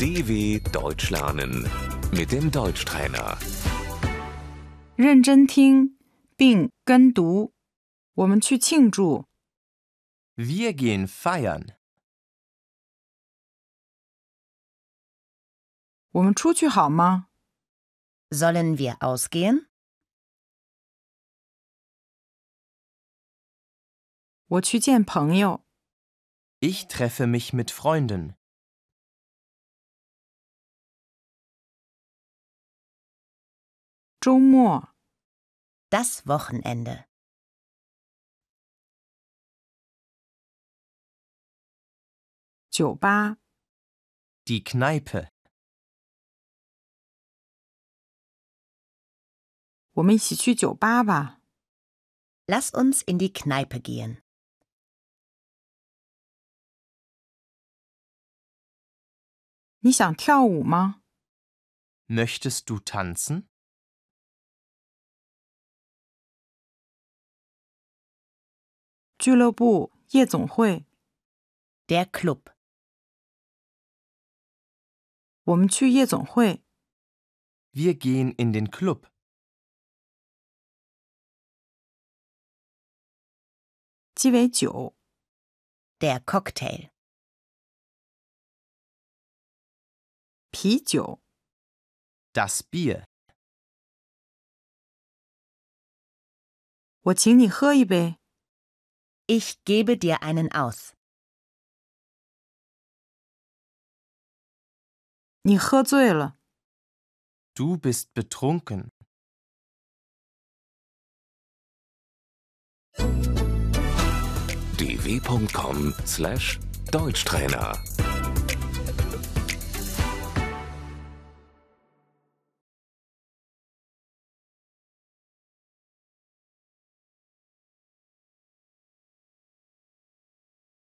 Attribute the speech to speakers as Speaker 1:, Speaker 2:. Speaker 1: DW Deutsch lernen mit dem Deutschtrainer.
Speaker 2: 认真听并跟读。我们去庆祝
Speaker 3: Wir gehen feiern.
Speaker 2: 我们出去好吗？
Speaker 4: Sollen wir ausgehen?
Speaker 2: 我去见朋友。
Speaker 3: Ich treffe mich mit Freunden.
Speaker 2: 周末，
Speaker 4: Das Wochenende.
Speaker 2: 酒吧，
Speaker 3: Die Kneipe.
Speaker 2: 我们一起去酒吧吧。
Speaker 4: Lass uns in die Kneipe gehen.
Speaker 2: 你想跳舞吗？
Speaker 3: Möchtest du tanzen?
Speaker 2: 俱乐部、夜总会，
Speaker 4: Der Club.
Speaker 2: 我们去夜总会。
Speaker 3: Wir gehen in den Club.
Speaker 2: 鸡尾酒，
Speaker 4: Der Cocktail.
Speaker 2: 啤酒，
Speaker 3: Das Bier.
Speaker 2: 我请你喝一杯。
Speaker 4: Ich gebe dir einen aus.
Speaker 2: 你喝醉了，
Speaker 3: Du bist betrunken.
Speaker 1: dw.com/deutschtrainer